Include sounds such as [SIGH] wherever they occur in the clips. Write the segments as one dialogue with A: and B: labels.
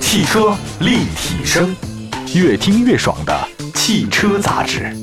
A: 汽车立体声，越听越爽的汽车杂志。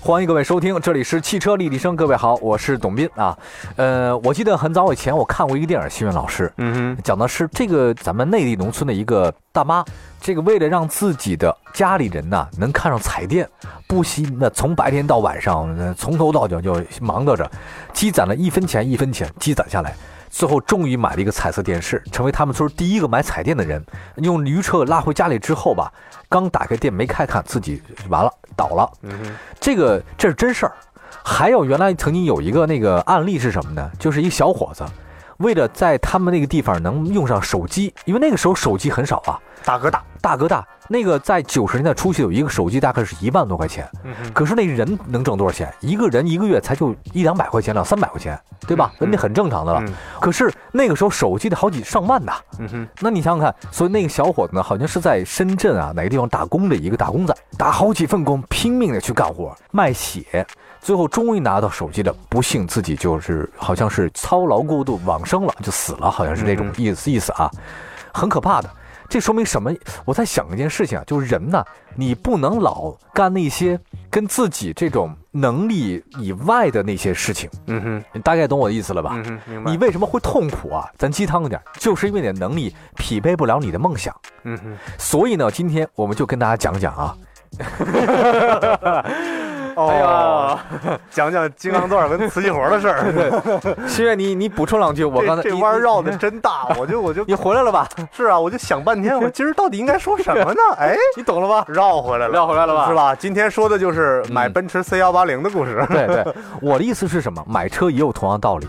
B: 欢迎各位收听，这里是汽车立体声。各位好，我是董斌啊。呃，我记得很早以前我看过一个电影，新闻老师，
C: 嗯哼，
B: 讲的是这个咱们内地农村的一个大妈，这个为了让自己的家里人呐、能看上彩电，不惜那从白天到晚上，呃从头到脚就忙叨着，积攒了一分钱一分钱积攒下来。最后终于买了一个彩色电视，成为他们村第一个买彩电的人。用驴车拉回家里之后吧，刚打开店没开看，自己完了倒了。
C: 嗯哼，
B: 这个这是真事儿。还有原来曾经有一个那个案例是什么呢？就是一个小伙子，为了在他们那个地方能用上手机，因为那个时候手机很少啊，
C: 大哥大，
B: 大哥大那个在九十年代初期有一个手机大概是一万多块钱，
C: 嗯哼，
B: 可是那人能挣多少钱？一个人一个月才就一两百块钱，两三百块钱，对吧？
C: 嗯嗯
B: 那很正常的了。
C: 嗯
B: 可是那个时候手机得好几上万呐，
C: 嗯哼，
B: 那你想想看，所以那个小伙子呢，好像是在深圳啊哪个地方打工的一个打工仔，打好几份工，拼命的去干活，卖血，最后终于拿到手机了。不幸自己就是好像是操劳过度往生了，就死了，好像是那种
C: 嗯
B: 意思、意思啊，很可怕的。这说明什么？我在想一件事情啊，就是人呐，你不能老干那些跟自己这种能力以外的那些事情，
C: 嗯哼，
B: 你大概懂我的意思了吧？
C: 嗯哼，明白。
B: 你为什么会痛苦啊？咱鸡汤一点，就是因为你的能力匹配不了你的梦想。
C: 嗯哼，
B: 所以呢，今天我们就跟大家讲讲啊，
C: 哦，讲讲金刚钻跟瓷器活的事儿。
B: 心月，你你补充两句， [LAUGHS] 我
C: 这
B: 刚才
C: 这
B: 啊你
C: 弯儿绕
B: 你
C: 的
B: [LAUGHS]
C: 真大，我就我就
B: 你回来了吧？
C: 是啊，我就想半
B: [LAUGHS]
C: 天，我今儿到底应该说什么呢？哎，
B: 你懂了吧？
C: 绕回来
B: [LAUGHS]
C: 了，
B: 绕回来了吧嗯
C: 是吧？今天说的就是买奔驰 C 幺八零的故事。
B: [LAUGHS] 对对，我的意思是什么？买车也有同样道理。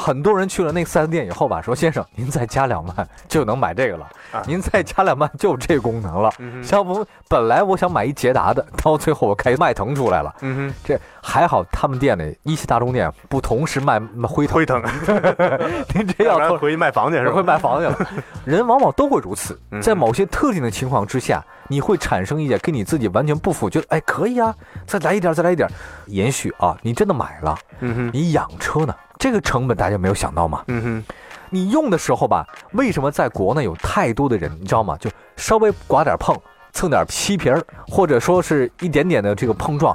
B: 很多人去了那四 S 店以后吧，说先生，您再加两万就能买这个了
C: 啊，
B: 您再加两万就有这功能了。
C: 嗯哼，
B: 要不本来我想买一捷达的，到最后我开迈腾出来了。
C: 嗯
B: 这还好，他们店里一汽大众店不同时卖卖辉
C: 哼，
B: 腾，
C: 辉
B: [LAUGHS]
C: 腾，
B: 您这
C: 要
B: 要
C: 不然
B: 偷
C: 回去卖房去是
B: 人会
C: 吧？
B: 卖房去了。 [LAUGHS] 人往往都会如此，
C: 嗯
B: 在某些特定的情况之下，你会产生一些跟你自己完全不符，觉得哎可以啊，再来一点，再来一点，延续啊，你真的买了，
C: 嗯哼，
B: 你养车呢，这个成本大家没有想到吗？
C: 嗯哼，
B: 你用的时候吧，为什么在国内有太多的人，你知道吗？就稍微刮点碰，蹭点漆皮儿，或者说是一点点的这个碰撞，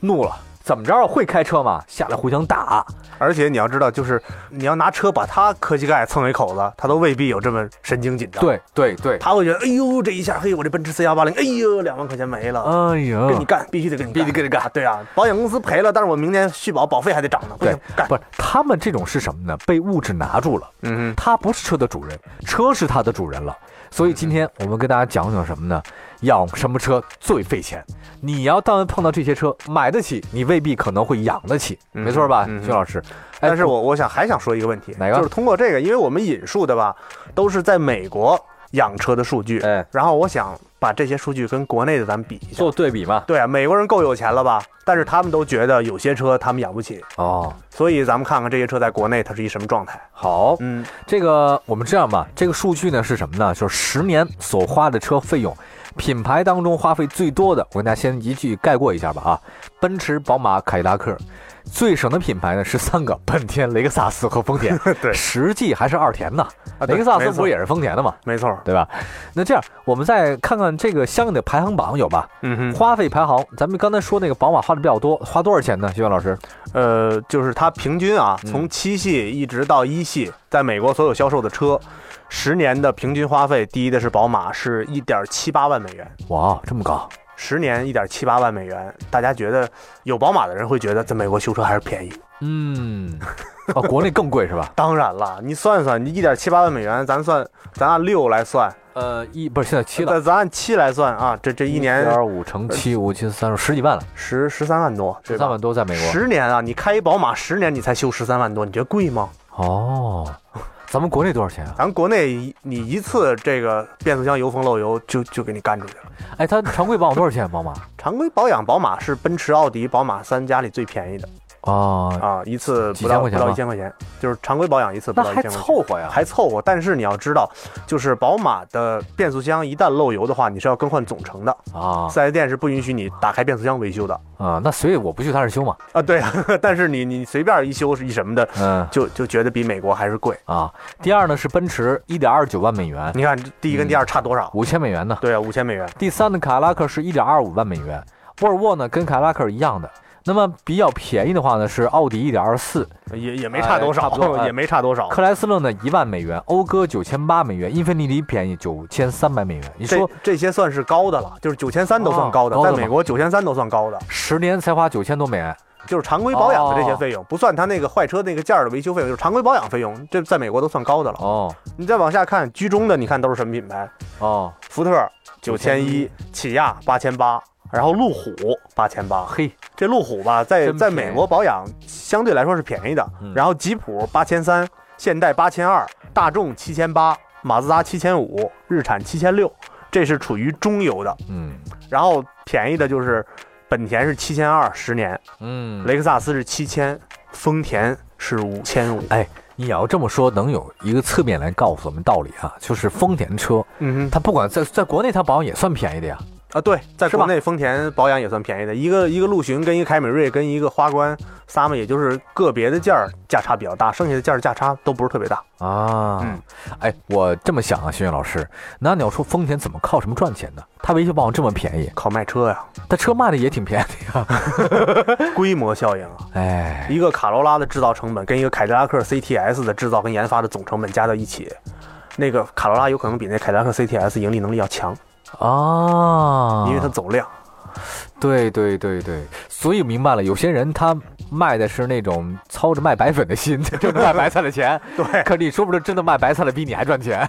B: 怒了，怎么着会开车吗？下来互相打，
C: 而且你要知道，就是你要拿车把他磕膝盖蹭一口子，他都未必有这么神经紧张。。
B: 对对对，
C: 他会觉得，哎呦，这一下，嘿，我这奔驰 C 幺八零，哎呦，两万块钱没了，
B: 哎呀，
C: 跟你干，必须得跟你干，
B: 必须跟你干
C: 啊对啊，保险公司赔了，但是我明年续保保费还得涨呢，不
B: 对
C: 行，干，
B: 不是他们这种是什么呢？被物质拿住了，
C: 嗯
B: 他不是车的主人，车是他的主人了。所以今天我们跟大家讲讲什么呢？养什么车最费钱？你要但凡碰到这些车，买得起，你未必可能会养得起，
C: 嗯
B: 没错吧，
C: 嗯
B: 徐老师？哎
C: 但是我我想还想说一个问题，
B: 哪个
C: 就是通过这个，因为我们引述的吧，都是在美国养车的数据，
B: 哎，
C: 然后我想把这些数据跟国内的咱们比一下
B: 做。对比嘛。
C: 对啊，美国人够有钱了吧？但是他们都觉得有些车他们养不起，
B: 哦，
C: 所以咱们看看这些车在国内它是一什么状态。
B: 好，
C: 嗯。
B: 这个我们这样吧，这个数据呢是什么呢？就是十年所花的车费用，品牌当中花费最多的，我跟大家先一句概括一下吧啊，奔驰、宝马、凯迪拉克，最省的品牌呢是三个，本田、雷克萨斯和丰田
C: [LAUGHS] 对
B: 实际还是二田呢，
C: 啊对
B: 雷克萨斯
C: 没错
B: 不也是丰田的嘛，
C: 没错，
B: 对吧？那这样我们再看看这个相应的排行榜有吧？
C: 嗯哼，
B: 花费排行，咱们刚才说那个宝马花的比较多，花多少钱呢？徐远老师，
C: 呃，就是它平均啊，
B: 嗯
C: 从七系一直到一系，在美国所有销售的车，十年的平均花费，第一的是宝马，是一点七八万美元，
B: 哇，这么高，
C: 十年一点七八万美元，大家觉得有宝马的人会觉得在美国修车还是便宜。 [LAUGHS]
B: 嗯，哦，国内更贵是吧？
C: 当然了，你算算，你一点七八万美元，咱算，咱按六来算，
B: 呃，一不是现在七了。
C: 咱咱按七来算啊，这这一年呃
B: 点五乘七，五七三十，十几万了，
C: 十十三万多，
B: 十
C: 对吧
B: 三万多在美国。
C: 十年啊，你开一宝马十年，你才修十三万多，你觉得贵吗？
B: 哦，咱们国内多少钱啊？
C: 咱国内一你一次这个变速箱油封漏油就就给你干出去了。
B: 哎，它常规保养多少钱？宝马？
C: 常规保养，宝马是奔驰、奥迪、宝马三家里最便宜的。
B: 哦，
C: 啊，一次
B: 几千
C: 不到
B: 块
C: 不
B: 钱
C: 到
B: 吧
C: 一千块钱，就是常规保养一次不
B: 那
C: 到一
B: 还
C: 千块钱。
B: 凑合呀，
C: 还凑合，但是你要知道，就是宝马的变速箱一旦漏油的话，你是要更换总成的。
B: 啊
C: 四 S 店是不允许你打开变速箱维修的
B: 啊，那所以我不去他那儿修嘛，
C: 啊。对， [LAUGHS] 但是你你随便一修是一什么的，
B: 嗯
C: 就就觉得比美国还是贵。
B: 啊。第二呢是奔驰一点二九万美元，
C: 你看第一跟第
B: 嗯
C: 二差多少？
B: 五千美元呢。
C: 对啊，五千美元。
B: 第三的凯迪拉克是一点二五万美元，沃尔沃呢跟凯迪拉克一样的。那么比较便宜的话呢是奥迪一点二四，
C: 也也没差多
B: 哎
C: 少，
B: 差不
C: [LAUGHS]
B: 多哎
C: 也没差多少。
B: 克莱斯勒呢一万美元，讴歌九千八美元，英菲尼迪便宜九千三百美元。你
C: 这
B: 说
C: 这些算是高的了，就是九千三都算高的，
B: 哦高的
C: 在
B: 吗
C: 美国九千三都算高的，
B: 十年才花九千多美元，
C: 就是常规保养的这
B: 哦
C: 些费用，不算他那个坏车那个件儿的维修费用，就是常规保养费用，这在美国都算高的了。
B: 哦
C: 你再往下看，居中的你看都是什么品牌？
B: 哦，
C: 福特九千一，起亚八千八，然后路虎八千八。
B: 嘿，
C: 这路虎吧，在
B: 真便宜
C: 在美国保养相对来说是便宜的。
B: 嗯
C: 然后吉普八千三，现代八千二，大众七千八，马自达七千五，日产七千六，这是处于中游的。
B: 嗯
C: 然后便宜的就是本田是七千二十年，
B: 嗯，
C: 雷克萨斯是七千，丰田是五千五。
B: 你要这么说，能有一个侧面来告诉我们道理啊，就是丰田车，
C: 嗯哼，
B: 它不管在在国内它保养也算便宜的呀。
C: 啊对，在
B: 是
C: 国
B: 吧
C: 内丰田保养也算便宜的，一个一个陆巡跟一个凯美瑞跟一个花冠，仨嘛也就是个别的件儿价差比较大，剩下的件儿价差都不是特别
B: [LAUGHS]
C: 大。
B: 啊，
C: 嗯
B: 哎，我这么想啊，学院老师，那你要说丰田怎么靠什么赚钱呢？它维修保养这么便宜，
C: 靠卖车呀，
B: 它车卖的也挺便宜啊。
C: 规模效应啊，
B: 哎，
C: 一个卡罗拉的制造成本跟一个凯迪拉克 CTS 的制造跟研发的总成本加到一起，那个卡罗拉有可能比那凯迪拉克 CTS 盈利能力要强，
B: 啊，
C: 因为它走量。
B: 对对对对，所以明白了，有些人他卖的是那种操着卖白粉的心， [LAUGHS] 就能卖白菜的钱，
C: 对
B: 可你说不定真的卖白菜的比你还赚钱，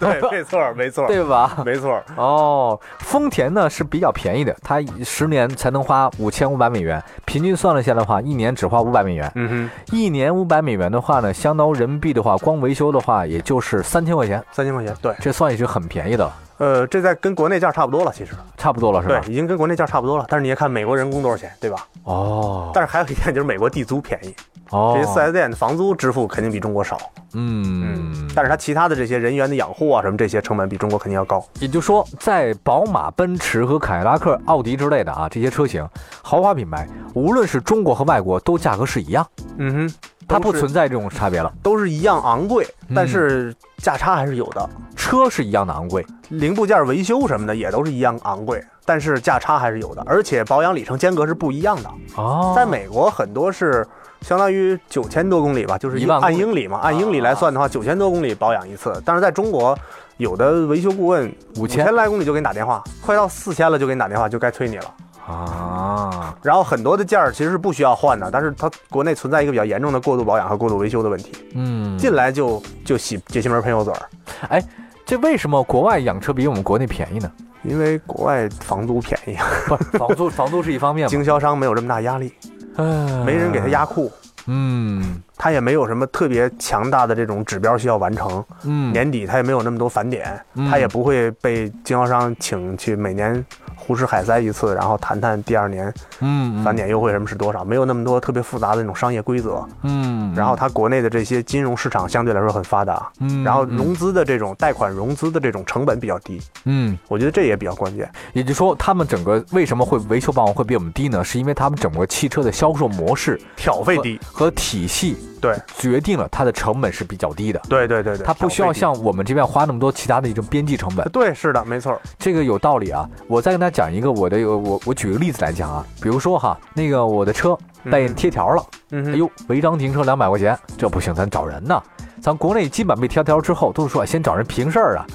C: 对，没错儿没错儿
B: 对吧？
C: 没错儿。
B: 哦，丰田呢是比较便宜的，它十年才能花五千五百美元，平均算了下来的话，一年只花五百美元。
C: 嗯
B: 一年五百美元的话呢，相当于人民币的话，光维修的话也就是三千块钱
C: 哼，，三千块钱，对，
B: 这算一是很便宜的了，
C: 呃，这在跟国内价差不多了，其实，
B: 差不多了是
C: 对
B: 吧？，
C: 已经跟国内价差不多了。但是你也看美国人工多少钱，对吧？
B: 哦，
C: 但是还有一点就是美国地租便宜，这些四
B: 哦，
C: S 店的房租支付肯定比中国少，
B: 嗯，
C: 但是它其他的这些人员的养护啊什么这些成本比中国肯定要高。
B: 也就是说，在宝马、奔驰和凯迪拉克、奥迪之类的啊这些车型，豪华品牌，无论是中国和外国，都价格是一样，
C: 嗯哼，
B: 它不
C: 都是
B: 存在这种差别了。
C: 都是一样昂贵，
B: 嗯
C: 但是价差还是有的。
B: 车是一样的昂贵，
C: 零部件维修什么的也都是一样昂贵，但是价差还是有的，而且保养里程间隔是不一样的。
B: 哦
C: 在美国很多是相当于九千多公里吧，就是
B: 一万公
C: 按
B: 里啊
C: 英里嘛，按英里来算的话，九千多公里保养一次。但是在中国，有的维修顾问
B: 五
C: 五
B: 千
C: 来公里就给你打电话，快到四千了就给你打电话，就该催你了。
B: 啊，
C: 然后很多的件儿其实是不需要换的，但是它国内存在一个比较严重的过度保养和过度维修的问题，
B: 嗯，
C: 进来就就洗解气门喷油嘴儿，
B: 这为什么国外养车比我们国内便宜
C: [LAUGHS]
B: 呢？
C: 因为国外房租便宜，
B: 不是，房租房租是一方面嘛，
C: 经销商没有这么大压力，
B: 哎
C: 没人给他压库，
B: 嗯
C: 他也没有什么特别强大的这种指标需要完成。
B: 嗯，
C: 年底他也没有那么多返点，
B: 嗯
C: 他也不会被经销商请去每年胡吃海塞一次，然后谈谈第二年
B: 嗯
C: 返，点优惠什么是多少，没有那么多特别复杂的那种商业规则。
B: 嗯，嗯
C: 然后他国内的这些金融市场相对来说很发达，
B: 嗯，
C: 然后融资的这种贷款融资的这种成本比较低，
B: 嗯，
C: 我觉得这也比较关键。
B: 也就是说，他们整个为什么会维修保养会比我们低呢？是因为他们整个汽车的销售模式
C: 挑费低，
B: 和体系
C: 对
B: 决定了它的成本是比较低的。
C: 对对对对，
B: 它不需要
C: 挑费
B: 像我们这边花那么多其他的一种边际成本
C: [LAUGHS] 低。，对，是的，没错。
B: 这个有道理啊！我再跟大家讲一个我的，我我举个例子来讲啊，比如说哈，那个我的车被
C: 嗯
B: 贴条了，
C: 嗯哼，
B: 哎呦，违章停车两百块钱，这不行，咱找人呐。咱国内基本被贴条之后，都是说哎先找人平事儿啊。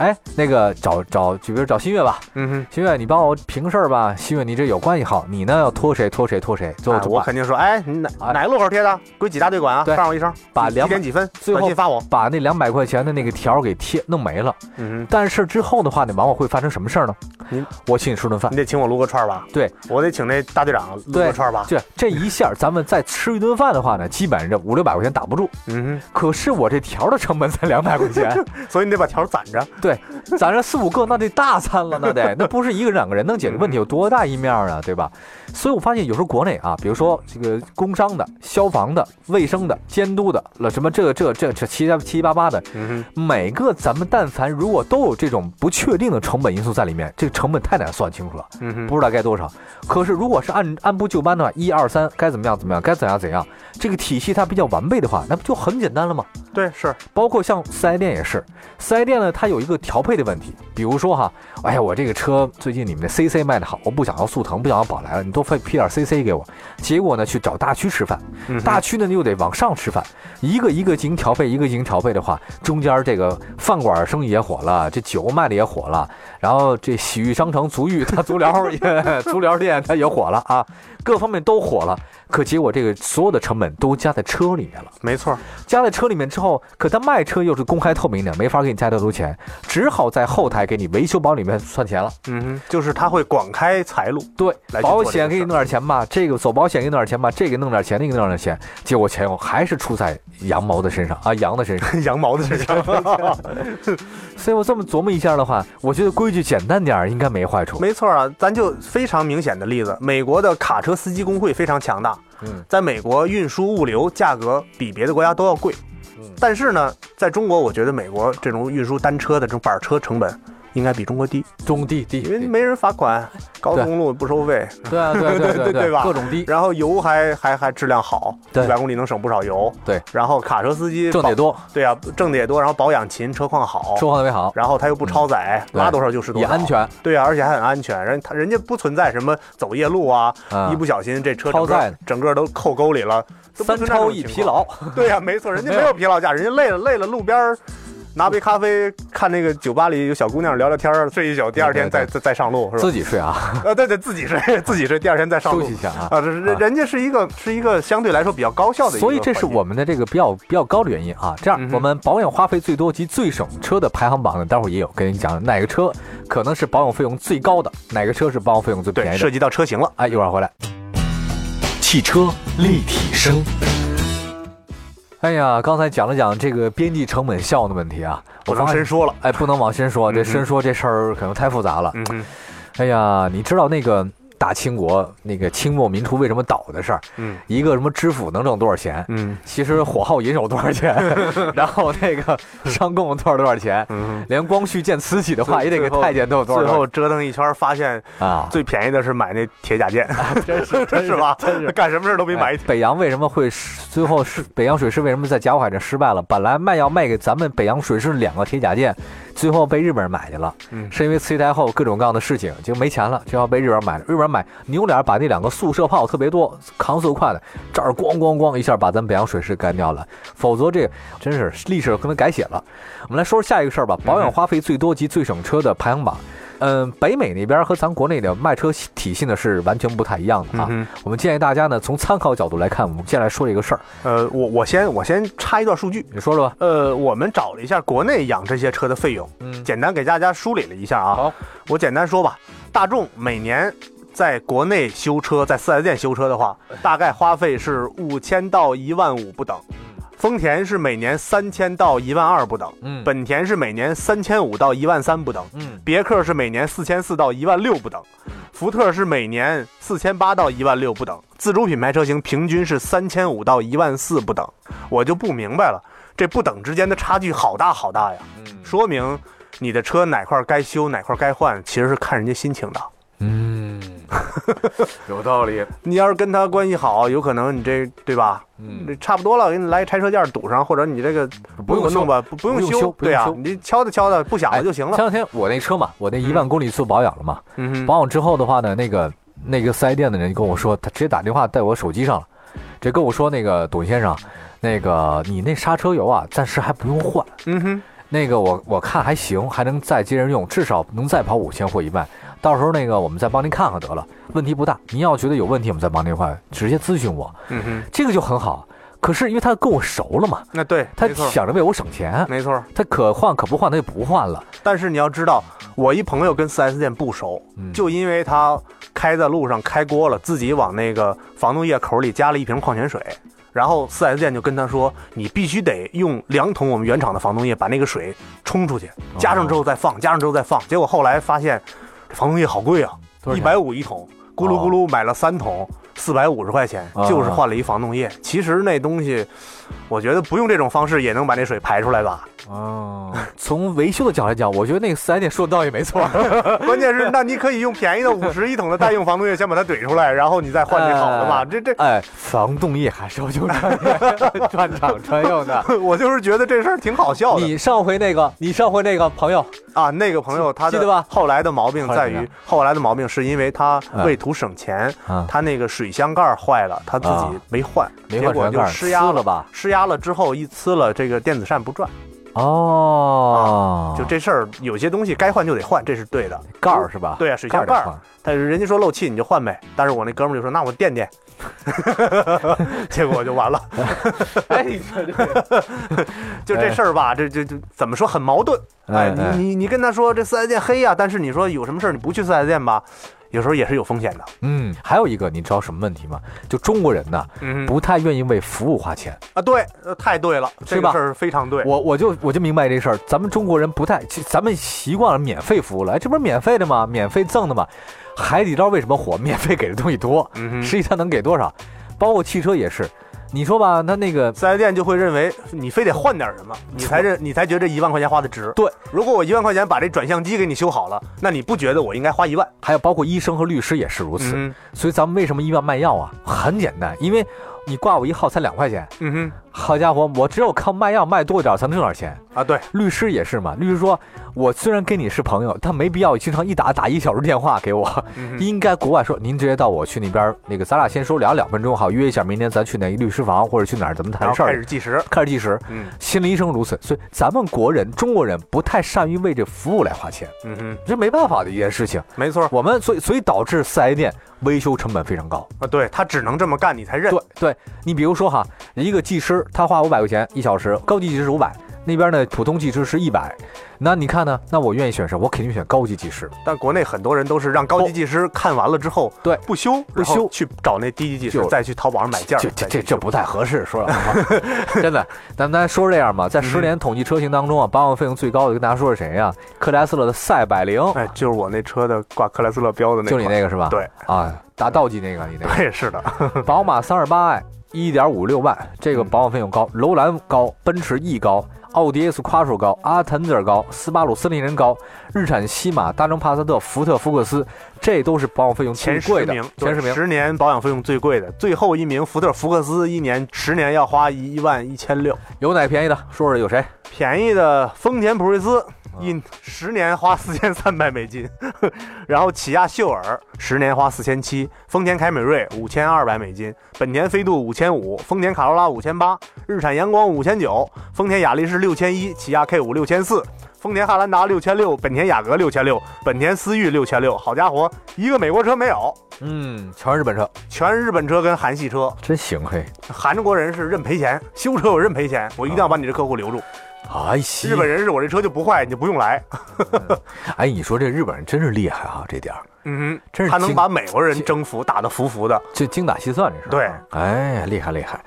B: 哎，那个找找，就比如找新月吧，
C: 嗯哼，
B: 新月你帮我平事儿吧。新月你这有关系好，你呢要拖谁拖谁拖谁，最后
C: 哎
B: 就
C: 我
B: 把、
C: 肯定说，哎，你哪
B: 哎
C: 哪个路口贴的？归几大队管啊？
B: 对
C: 告诉我一声，
B: 把
C: 几
B: 两
C: 几点几分，
B: 最
C: 短
B: 后
C: 信发我。
B: 把那两百块钱的那个条儿给贴弄没了。
C: 嗯
B: 但是之后的话呢，往往会发生什么事儿呢
C: 您？
B: 我请你吃顿
C: 哼，
B: 饭
C: 你。得请我撸个串儿吧？
B: 对，
C: 我得请那大队长撸
B: 对
C: 个串儿吧？
B: 这这一下儿咱们再吃一顿饭的话呢，基本上这五六百块钱打不住。
C: 嗯
B: 可是我这条儿的成本才两百块钱，
C: 哼，所以你得把条儿攒着。
B: 对， [LAUGHS] 咱这四五个那得大餐了，那得那不是一个两个人能解决问题，有多大一面啊，对吧？所以我发现有时候国内啊，比如说这个工商的、消防的、卫生的、监督的，了什么这这这这七七七八八的，
C: 嗯
B: 每个咱们但凡如果都有这种不确定的成本因素在里面，这个成本太难算清楚了，
C: 哼，嗯哼，
B: 不知道该多少。可是如果是按按部就班的话，一二三该怎么样怎么样，该怎样怎样，这个体系它比较完备的话，那不就很简单了吗？
C: 对，是，
B: 包括像四 S 店也是，四 S 店呢，它有一个调配的问题，比如说哈，哎呀，我这个车最近你们的 CC 卖的好，我不想要速腾，不想要宝来了，你多配批点 CC 给我。结果呢，去找大区吃饭，
C: 嗯哼
B: 大区呢又得往上吃饭，一个一个进行调配，一个进行调配的话，中间这个饭馆生意也火了，这酒卖的也火了，然后这洗浴商城足浴它足疗也足疗店它也火了啊，各方面都火了，可结果这个所有的成本都加在车里面了。
C: 没错，
B: 加在车里面之后，可他卖车又是公开透明的，没法给你加太多钱，只好在后台给你维修保里面算钱了。
C: 嗯哼，就是他会广开财路， [LAUGHS]
B: 对
C: 来，去做
B: 保
C: 这个
B: 险给你
C: 事儿
B: 弄点钱吧，这个走保险给你弄点钱吧，这个弄点钱，那个弄点钱，结果钱我还是出在羊毛的身上啊，羊的身上。
C: [LAUGHS] 羊毛的身上，
B: 所以我这么琢磨一下的话，我觉得规矩简单点儿应该没坏处。
C: 没错啊，咱就非常明显的例子，美国的卡车司机工会非常强大，
B: 嗯
C: 在美国运输物流价格比别的国家都要贵
B: 嗯，
C: 但是呢，在中国，我觉得美国这种运输单车的这种板车成本应该比中国低，
B: 中低低，
C: 因为没人罚款，高速公路不收费，
B: 对啊对啊对啊对啊
C: 对对吧
B: 各种低，
C: 然后油还还还质量好，
B: 对
C: 一百公里能省不少油，
B: 对，
C: 然后卡车司机
B: 挣得
C: 保，
B: 多，
C: 对啊，挣的也多，然后保养勤，车况好，
B: 收获特别好，嗯
C: 然后他又不超载，
B: 对
C: 拉多少就是多
B: 也
C: 少，
B: 安，全
C: 对啊，而且还很安全，人他人家不存在什么走夜路啊，
B: 啊
C: 一。不小心这车
B: 超
C: 整
B: 载
C: 个整个都扣沟里了，都不
B: 三
C: 存在这
B: 超
C: 种
B: 一
C: 情
B: 疲
C: 况。
B: 劳，
C: [LAUGHS] 对呀、
B: [LAUGHS]
C: 没错，人家
B: 没
C: 没
B: 有
C: 有疲劳驾，人家累了累了，路边儿拿杯咖啡，看那个酒吧里有小姑娘聊聊天儿，睡一宿，第二天
B: 对对
C: 再再再上路是吧
B: 自？己睡啊，
C: 啊，对对，自己睡 [LAUGHS] 自己睡，第二天再上
B: 休
C: 路
B: 息一下啊。
C: 啊，这是人人家是一个是一个相对来说比较高效的一个
B: 所
C: 环
B: 以
C: 境，
B: 这是我们的这个比较比较高的原因啊。这样
C: 嗯，哼
B: 我们保养花费最多及最省车的排行榜呢，待会儿也有跟你讲哪个车可能是保养费用最高的，哪个车是保养费用最
C: 对
B: 便宜
C: 涉
B: 的。
C: 及到车型了。
B: 哎，一会儿回来。
A: 汽车立体声，
B: 哎呀，刚才讲了讲这个边际成本效的问题啊，
C: 不
B: 我
C: 能
B: 发
C: 深
B: 现。
C: 说了。
B: 哎，不能往深说，这
C: 嗯哼
B: 深说这事儿可能太复杂了。
C: 嗯哼，
B: 哎呀，你知道那个大清国那个清末民初为什么倒的事儿？
C: 嗯
B: 一个什么知府能挣多少钱？
C: 嗯
B: 其实火耗银有多少
C: [LAUGHS]
B: 钱？然后那个商共多少多少钱？
C: 嗯
B: 连光绪建慈禧的话，
C: 最
B: 也得给太监都有
C: 哼，
B: 多少
C: 最
B: 多少
C: 后折腾一圈儿，发现
B: 啊？
C: 最便宜的是买那铁甲舰，
B: 真
C: [LAUGHS]
B: 是
C: 是？吧？干什么事儿都没买
B: 哎
C: 一铁。
B: 北洋为什么会失最后是北洋水师为什么在甲午海战失败了？本来卖要卖给咱们北洋水师两个铁甲舰，最后被日本人买去了，
C: 嗯
B: 是因为慈禧太后各种各样的事情就没钱了，只好被日本人买了。日本人买扭脸把那两个速射炮特别多、扛速快的，这儿咣咣咣一下把咱们北洋水师干掉了。否则这真是历史可能改写了。我们来说说下一个事儿吧，保养花费最多及最省车的排行榜。嗯，北美那边和咱国内的卖车体系呢是完全不太一样的啊。
C: 嗯哼
B: 我们建议大家呢从参考角度来看，我们接下来说这个事儿，
C: 呃，我我先我先插一段数据，
B: 你说说吧。
C: 呃，我们找了一下国内养这些车的费用，
B: 嗯，
C: 简单给大家梳理了一下啊。
B: 好，
C: 我简单说吧，大众每年在国内修车，在四 S 店修车的话，
B: 哎
C: 大概花费是五千到一万五不等。丰田是每年三千到一万二不等，
B: 嗯，
C: 本田是每年三千五到一万三不等，
B: 嗯
C: 别克是每年四千四到一万六不等，福特是每年四千八到一万六不等，自主品牌车型平均是三千五到一万四不等。我就不明白了，这不等之间的差距好大好大呀，
B: 嗯
C: 说明你的车哪块儿该修哪块儿该换，其实是看人家心情的。
B: 嗯， [LAUGHS] 有道理。
C: 你要是跟他关系好，有可能你这对吧？
B: 嗯
C: 这，差不多了，给你来拆车件堵上，或者你这个
B: 不用
C: 给我弄吧，不
B: 不
C: 不用
B: 用修不用
C: 对啊
B: 修，
C: 你敲的敲的不响
B: 哎
C: 了就行
B: 前两
C: 了。
B: 天我那车嘛，我那一万公里做保养了嘛，
C: 嗯哼，
B: 保养之后的话呢，那个那个四 S 店的人跟我说，他直接打电话在我手机上了，直接跟我说那个董先生，那个你那刹车油啊，暂时还不用换。
C: 嗯哼，
B: 那个我我看还行，还能再接着用，至少能再跑五千或一万。到时候那个我们再帮您看看得了，问题不大。您要觉得有问题，我们再帮您换，直接咨询我，
C: 嗯哼，
B: 这个就很好。可是因为他跟我熟了嘛，
C: 那对，
B: 他
C: 没错，
B: 想着为我省钱，
C: 没错。
B: 他可换可不换他就不换了。
C: 但是你要知道，我一朋友跟 4S 店不熟，
B: 嗯
C: 就因为他开在路上开锅了，自己往那个防冻液口里加了一瓶矿泉水，然后 4S 店就跟他说，你必须得用两桶我们原厂的防冻液把那个水冲出去，
B: 哦
C: 加上之后再放，加上之后再放。结果后来发现，这防冻液好贵啊，
B: 多
C: 一
B: 少钱
C: 百五一桶，咕噜咕噜买了三桶，四百五十块钱，
B: 啊
C: 就是换了一防冻液。其实那东西，我觉得不用这种方式也能把那水排出
B: [LAUGHS]
C: 来吧。
B: 哦，从维修的角度来讲，我觉得那个四 S 店说的倒也没
C: [LAUGHS]
B: 错。
C: 关键是，那你可以用便宜的五十一桶的代用防冻液先把它怼出来，然后你再换那好的嘛。
B: 哎
C: 这这，
B: 哎，防冻液还是要用专 [LAUGHS] 专场专用
C: [LAUGHS]
B: 的。
C: 我就是觉得这事儿挺好笑的。
B: 你上回那个，你上回那个朋友，
C: 啊，那个朋友他
B: 记得吧
C: 的后来的毛病在
B: 后来怎么
C: 于
B: 样，
C: 后来的毛病是因为他为图省钱
B: 嗯，
C: 他那个水箱盖儿坏了，他自己
B: 啊
C: 没换，
B: 没
C: 结
B: 换
C: 果
B: 水
C: 就
B: 盖
C: 施压
B: 撕了吧？
C: 施压了之后一呲了，这个电子扇不转，
B: 哦，
C: 就这事儿有些东西该换就得换，这是对的。
B: 盖儿是吧？
C: 对啊，水箱盖
B: 得
C: 儿
B: 换，
C: 但是人家说漏气你就换呗，但是我那哥们儿就说那我垫垫，
B: [LAUGHS]
C: [LAUGHS] 结果就完了。
B: 哎，你说这个
C: 就这事儿吧，这这这怎么说很矛盾？哎，
B: 哎哎
C: 你你你跟他说这四 S 店黑呀、但是你说有什么事儿你不去四 S 店吧，有时候也是有风险的。
B: 嗯，还有一个，你知道什么问题吗？就中国人呐，
C: 嗯
B: 不太愿意为服务花钱。
C: 啊，对，呃太对了，
B: 是
C: 这个
B: 吧
C: 事儿非常对。
B: 我我就我就明白这事儿，咱们中国人不太，其咱们习惯了免费服务了，哎，这不是免费的吗？免费赠的吗？海底捞为什么火？免费给的东西多，
C: 嗯哼，
B: 实际上能给多少？包括汽车也是，你说吧，他那个
C: 四 S 店就会认为你非得换点什么，你才认你才觉得一万块钱花的值。
B: 对，
C: 如果我一万块钱把这转向机给你修好了，那你不觉得我应该花一万？
B: 还有包括医生和律师也是如此。
C: 嗯
B: 所以咱们为什么医院卖药啊？很简单，因为你挂我一号才两块钱，
C: 哼，嗯
B: 好家伙，我只有靠卖药卖多点儿才能挣点儿钱。
C: 哼，啊，对，
B: 律师也是嘛，律师说，我虽然跟你是朋友，但没必要经常一打打一小时电话给我。
C: 嗯哼
B: 应该国外说，您直接到我去那边儿，那个咱俩先说聊两分钟，好约一下，明天咱去哪个律师房或者去哪儿咱们
C: 然
B: 谈
C: 后
B: 事
C: 开
B: 儿
C: 始，计时。
B: 开始计时。
C: 嗯
B: 心理医生如此，所以咱们国人中国人不太善于为这服务来花钱，
C: 嗯哼，
B: 这没办法的一件事情。
C: 没错
B: 我们所以所以导致四 S 店维修成本非常高。
C: 啊，对他只能这么干，你才
B: [LAUGHS]
C: 认。
B: 对对，你比如说哈，一个技师他花五百块钱一小时，高级技师是五百，那边呢普通技师是一百，那你看呢？那我愿意选谁？我肯定选高级技师，
C: 但国内很多人都是让高级技师看完了之后，
B: 对
C: 不修
B: 不修
C: 然后去找那低级技师
B: 就，
C: 再去淘宝上买件儿。
B: 这这
C: 再
B: 这
C: 去
B: 这不太合适，说老实
C: [LAUGHS]
B: 话，真的。咱咱说这样吧，在十年统计车型当中啊，保养费用最高的跟大家说是谁呀、克莱斯勒的赛百灵，
C: 哎，就是我那车的挂克莱斯勒标的那
B: 就你
C: 款
B: 那个是吧？
C: 对
B: 啊，打道记那个你那
C: 对是的，
B: 个，宝马三十八 i 一点五六万，这
C: 嗯
B: 个保养费用高，楼兰高，奔驰 E 高。奥迪 S 夸手高，阿滕泽尔高，斯巴鲁森林人高，日产西马、大众帕萨特、福特福克斯，这都是保养费用 [LAUGHS] 最
C: 前
B: 贵
C: 十
B: 的
C: 名，，
B: 前十名。
C: 十年保养费用最贵的，最后一名福特福克斯，一年十年要花一万一千六，
B: 有哪便宜的？说说有谁？
C: 便宜的丰田普锐斯。一十年花四千三百美金， [LAUGHS] 然后起亚秀尔十年花四千七，丰田凯美瑞五千二百美金，本田飞度五千五，丰田卡罗拉五千八，日产阳光五千九，丰田雅力士六千一，起亚 K 五六千四，丰田汉兰达六千六，本田雅阁六千六，本田思域六千六，好家伙，一个美国车没有，
B: 嗯，全是日本车，
C: 全是日本车跟韩系车，
B: 真行嘿！
C: 韩国人是认赔钱，修车我认赔钱，我一定要把你这客户留住。
B: 哎西
C: 日本人是我这车就不坏，你就不用来。
B: 哎，你说这日本人真是厉害哈、这点儿
C: 嗯
B: 真是
C: 他能
B: 精
C: 把美国人征服，打得服服的。
B: 这精打细算这事儿。
C: 对，
B: 哎，厉害厉害。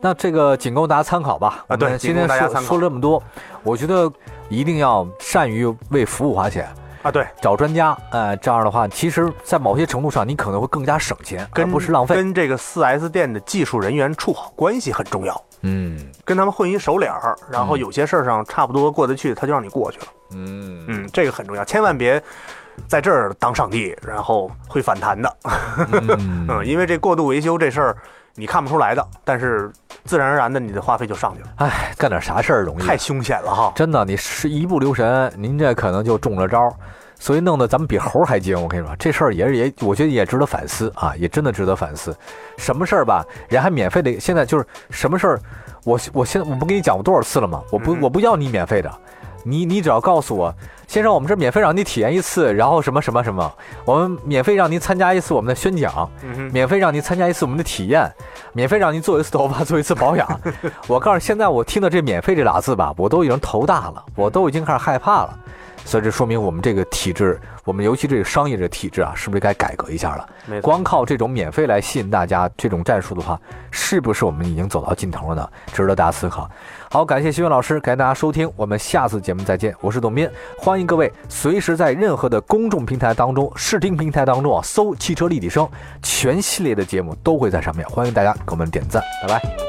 B: 那这个仅供大家参考吧。
C: 啊对
B: 我们今
C: 仅供
B: 天
C: 大家
B: 说
C: 参考
B: 说了这么多，我觉得一定要善于为服务花钱，
C: 啊，对，
B: 找专家。呃，这样的话，其实，在某些程度上，你可能会更加省钱，而
C: 跟
B: 不是浪费。
C: 跟这个四 S 店的技术人员处好关系很重要，
B: 嗯
C: 跟他们混一熟脸儿，然后有些事儿上差不多过得去，他就让你过去了。
B: 嗯
C: 嗯，这个很重要，千万别在这儿当上帝，然后会反弹的。
B: 嗯
C: [LAUGHS] 嗯，因为这过度维修这事儿你看不出来的，但是自然而然的你的花费就上去了，
B: 哎，干点啥事儿容易？
C: 太凶险了哈。
B: 真的，你是一不留神，您这可能就中了招儿，所以弄得咱们比猴儿还精。我跟你说，这事儿也是也，我觉得也值得反思啊，也真的值得反思。什么事儿吧，人还免费的，现在就是什么事儿，我我现在我不跟你讲过多少次了吗？我不
C: 嗯
B: 我不要你免费的。你你只要告诉我，先生，我们这免费让你体验一次，然后什么什么什么，我们免费让您参加一次我们的宣讲，
C: 嗯哼。
B: 免费让您参加一次我们的体验，免费让您做一次头发，做一次保养。我告诉你，现在我听到这“免费”这俩字吧，我都已经头大了，我都已经开始害怕了。所以这说明我们这个体制，我们尤其这个商业这体制啊，是不是该改革一下了？
C: 没错，
B: 光靠这种免费来吸引大家这种战术的话，是不是我们已经走到尽头了呢？值得大家思考。好，感谢徐文老师，感谢大家收听，我们下次节目再见。我是董斌，欢迎各位随时在任何的公众平台当中、视听平台当中啊，搜“汽车立体声”，全系列的节目都会在上面，欢迎大家给我们点赞，拜拜。